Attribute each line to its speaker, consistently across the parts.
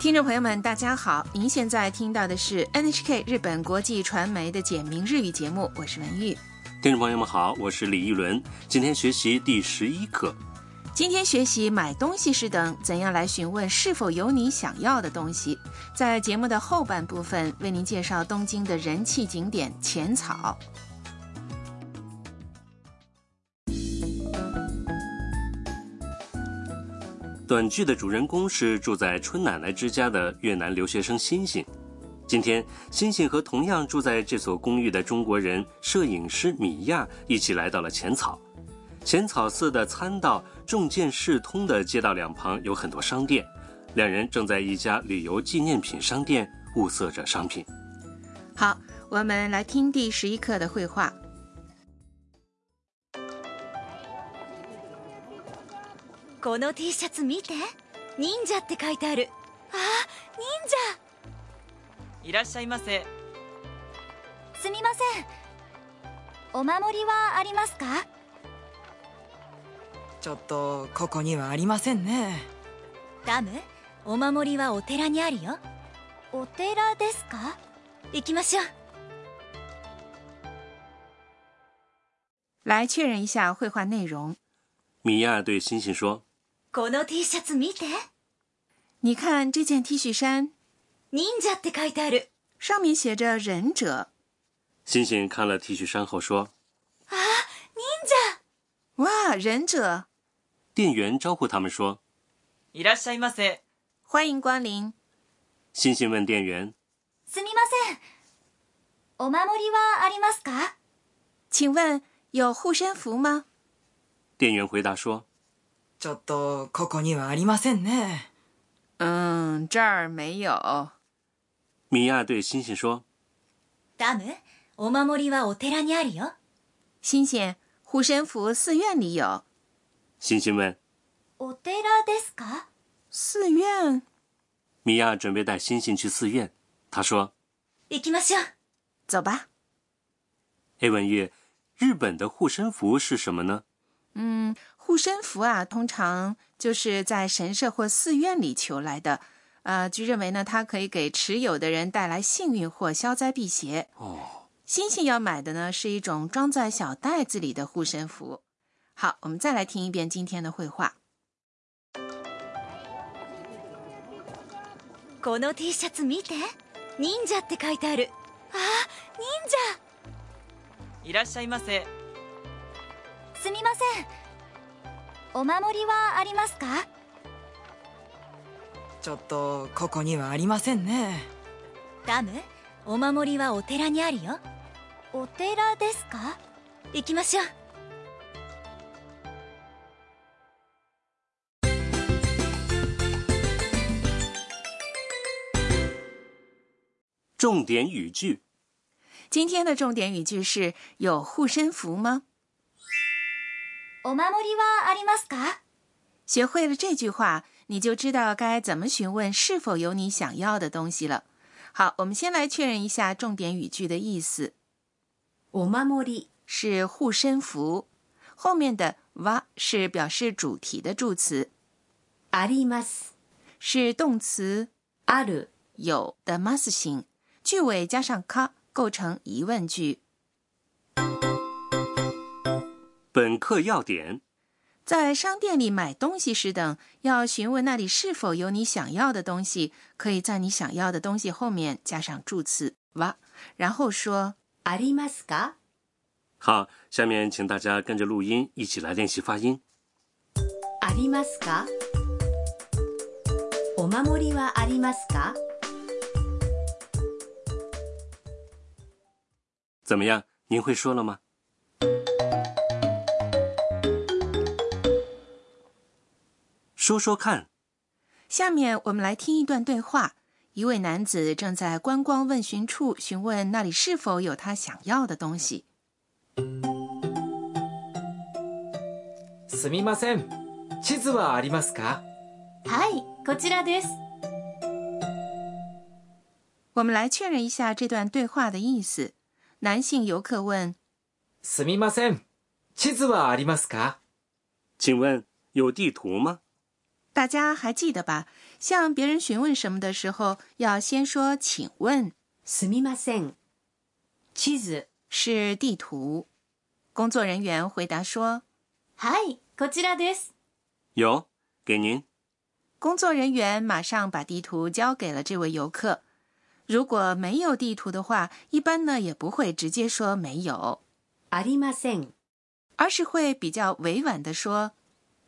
Speaker 1: 听众朋友们，大家好！您现在听到的是 NHK 日本国际传媒的简明日语节目，我是文玉。
Speaker 2: 听众朋友们好，我是李一伦，今天学习第十一课。
Speaker 1: 今天学习买东西时等怎样来询问是否有你想要的东西。在节目的后半部分，为您介绍东京的人气景点浅草。
Speaker 2: 短剧的主人公是住在春奶奶之家的越南留学生星星。今天，星星和同样住在这所公寓的中国人摄影师米娅一起来到了浅草。浅草寺的参道重建世通的街道两旁有很多商店，两人正在一家旅游纪念品商店物色着商品。
Speaker 1: 好，我们来听第十一课的绘画。
Speaker 3: この T シャツ見て忍者って書いてあるあ忍者
Speaker 4: いらっしゃいませ
Speaker 3: すみませんお守りはありますか
Speaker 4: ちょっとここにはありませんね
Speaker 3: ダムお守りはお寺にあるよお寺ですか行きましょう
Speaker 1: 来确认一下绘画内容。
Speaker 2: 米娅对星星说
Speaker 3: この T シャツ見て
Speaker 1: 你看这件 T 恤衫，
Speaker 3: 忍者って書いてある
Speaker 1: 上面写着“忍者”。：“
Speaker 2: 星星看了 T 恤衫后说，
Speaker 1: 哇，忍者！
Speaker 2: 店员招呼他们说。
Speaker 4: いらっしゃいませ
Speaker 1: 欢迎光临。
Speaker 2: 星星问店员
Speaker 3: すみませんお守りはありますか
Speaker 1: 请问有护身符吗？”，
Speaker 2: 店员回答说
Speaker 4: ちょっとここにはありませんね
Speaker 1: 嗯，这儿没有。：“
Speaker 2: 米娅对星星说，
Speaker 3: ダムお守りはお寺にあるよ
Speaker 1: 星星，护身符寺院里有。
Speaker 2: 星星问
Speaker 3: お寺ですか
Speaker 1: 寺院？
Speaker 2: 米娅准备带星星去寺院。她说
Speaker 3: 行きましょう
Speaker 1: 走吧。：“
Speaker 2: 哎，文玉，日本的护身符是什么呢
Speaker 1: 嗯，护身符啊，通常就是在神社或寺院里求来的。呃，据认为呢，它可以给持有的人带来幸运或消灾辟邪？”。
Speaker 2: 哦，
Speaker 1: 星星要买的呢，是一种装在小袋子里的护身符。好，我们再来听一遍今天的绘画。
Speaker 3: この T シャツ見て忍者って書いてあるあ忍
Speaker 4: いらっしゃいませ
Speaker 3: 者すみませんお守りはありますか
Speaker 4: ちょっとここにはありませんね
Speaker 3: ダムお守りはお寺にあるよお寺ですか行きましょう
Speaker 2: 重点语句
Speaker 1: 今天的重点语句是：有护身符吗？
Speaker 3: お守りはありますか
Speaker 1: 学会了这句话，你就知道该怎么询问是否有你想要的东西了。好，我们先来确认一下重点语句的意思，
Speaker 3: お守り
Speaker 1: 是护身符，后面的哇是表示主题的助词，
Speaker 3: あります
Speaker 1: 是动词
Speaker 3: ある
Speaker 1: 有的 must 形，句尾加上 ka 构成疑问句。
Speaker 2: 本课要点：
Speaker 1: 在商店里买东西时等，要询问那里是否有你想要的东西，可以在你想要的东西后面加上助词哇，然后说。
Speaker 3: ありますか
Speaker 2: 好，下面请大家跟着录音一起来练习发音。
Speaker 3: ありますかお守りはありますか
Speaker 2: 怎么样？您会说了吗？说说看，
Speaker 1: 下面我们来听一段对话。一位男子正在观光问询处询问那里是否有他想要的东西。
Speaker 5: すみません地図はありますか
Speaker 3: はいこちらです
Speaker 1: 我们来确认一下这段对话的意思。男性游客问
Speaker 5: すみません地図はありますか
Speaker 2: 请问有地图吗？
Speaker 1: 大家还记得吧？向别人询问什么的时候，要先说“请问
Speaker 6: すみません。地図、”
Speaker 1: 是地图。工作人员回答说
Speaker 3: はいこちらです
Speaker 2: 有，给您。：“
Speaker 1: 工作人员马上把地图交给了这位游客。如果没有地图的话，一般呢也不会直接说没有，
Speaker 6: ありません。
Speaker 1: 而是会比较委婉的说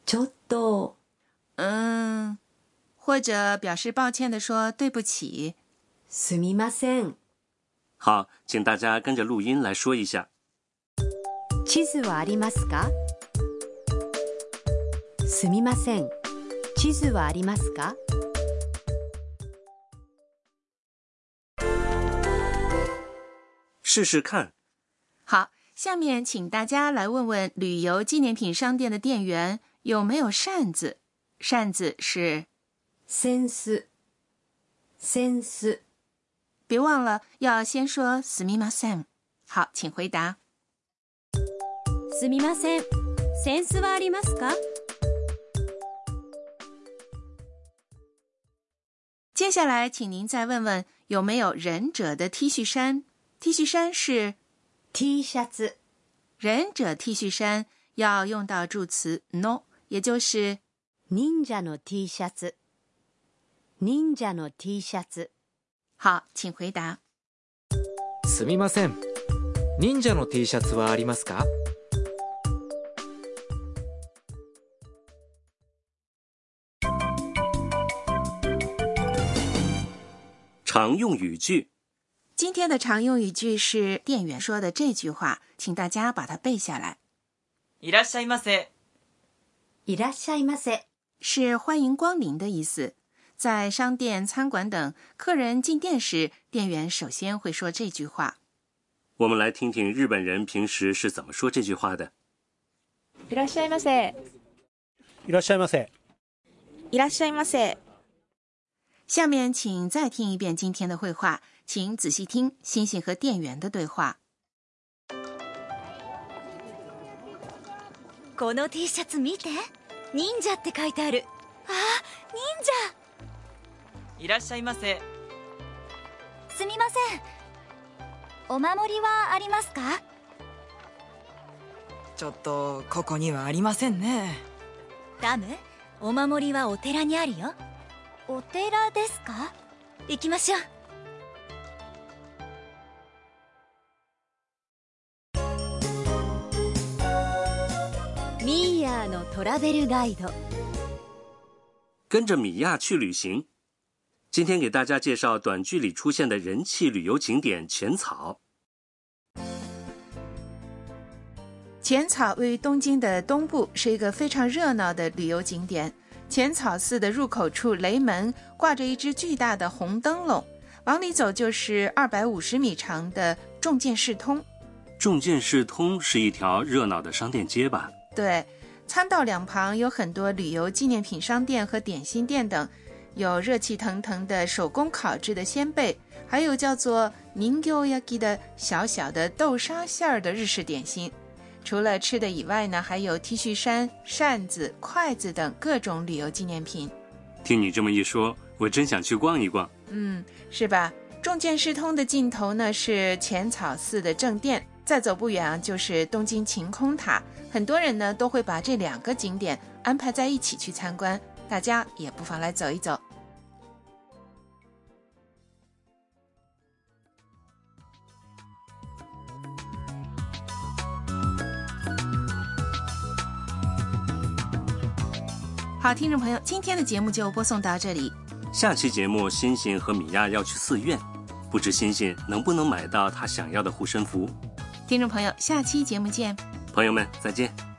Speaker 6: ちょっと、
Speaker 1: “嗯”，或者表示抱歉的说“对不起
Speaker 6: すみません。
Speaker 2: 好，请大家跟着录音来说一下。
Speaker 6: 地図はありますかすみません。地図はありますか
Speaker 2: 试试看。”。
Speaker 1: 好，下面请大家来问问旅游纪念品商店的店员有没有扇子。扇子是
Speaker 6: センス、センス、
Speaker 1: 别忘了要先说“すみません”。好，请回答。
Speaker 3: すみませんセンスはありますか
Speaker 1: 接下来，请您再问问有没有忍者的 T 恤衫。T 恤衫是
Speaker 6: T シャツ、
Speaker 1: 忍者 T 恤衫，要用到助词 no，也就是
Speaker 6: 忍者の T シャツ、忍者の T シャツ、
Speaker 1: 好，请回答。
Speaker 5: すみません忍者の T シャツはありますか
Speaker 2: 常用语句，
Speaker 1: 今天的常用语句是店员说的这句话，请大家把它背下来，
Speaker 4: いらっしゃいませ。
Speaker 6: いらっしゃいませ、
Speaker 1: 是欢迎光临的意思。在商店、餐馆等，客人进店时，店员首先会说这句话。
Speaker 2: 我们来听听日本人平时是怎么说这句话的。
Speaker 7: いらっしゃいませ。
Speaker 8: いらっしゃいませ。
Speaker 7: いらっしゃいませ。
Speaker 1: 下面请再听一遍今天的绘画，请仔细听星星和店员的对话。
Speaker 3: この T シャツ見て忍者って書いてあるあー忍者
Speaker 4: いらっしゃいませ。
Speaker 3: すみませんお守りはありますか
Speaker 4: ちょっと、ここにはありませんね。
Speaker 3: ダムお守りはお寺にあるよお寺ですか行きましょうミーヤーのトラベルガイド
Speaker 2: 跟着米娅去旅行。今天给大家介绍短剧里出现的人气旅游景点浅草。
Speaker 1: 浅草位于东京的东部，是一个非常热闹的旅游景点。浅草寺的入口处雷门挂着一只巨大的红灯笼，往里走就是二百五十米长的重建市通。
Speaker 2: 重建市通是一条热闹的商店街吧？
Speaker 1: 对，参道两旁有很多旅游纪念品商店和点心店等，有热气腾腾的手工烤制的鲜贝，还有叫做宁 i y a k i 的小小的豆沙馅儿的日式点心。除了吃的以外呢，还有 T 恤衫、扇子、筷子等各种旅游纪念品。
Speaker 2: 听你这么一说，我真想去逛一逛。
Speaker 1: 嗯，是吧？重建市通的尽头呢是浅草寺的正殿，再走不远啊就是东京晴空塔。很多人呢都会把这两个景点安排在一起去参观，大家也不妨来走一走。好，听众朋友，今天的节目就播送到这里。
Speaker 2: 下期节目，欣欣和米娅要去寺院，不知欣欣能不能买到她想要的护身符？
Speaker 1: 听众朋友，下期节目见。
Speaker 2: 朋友们，再见。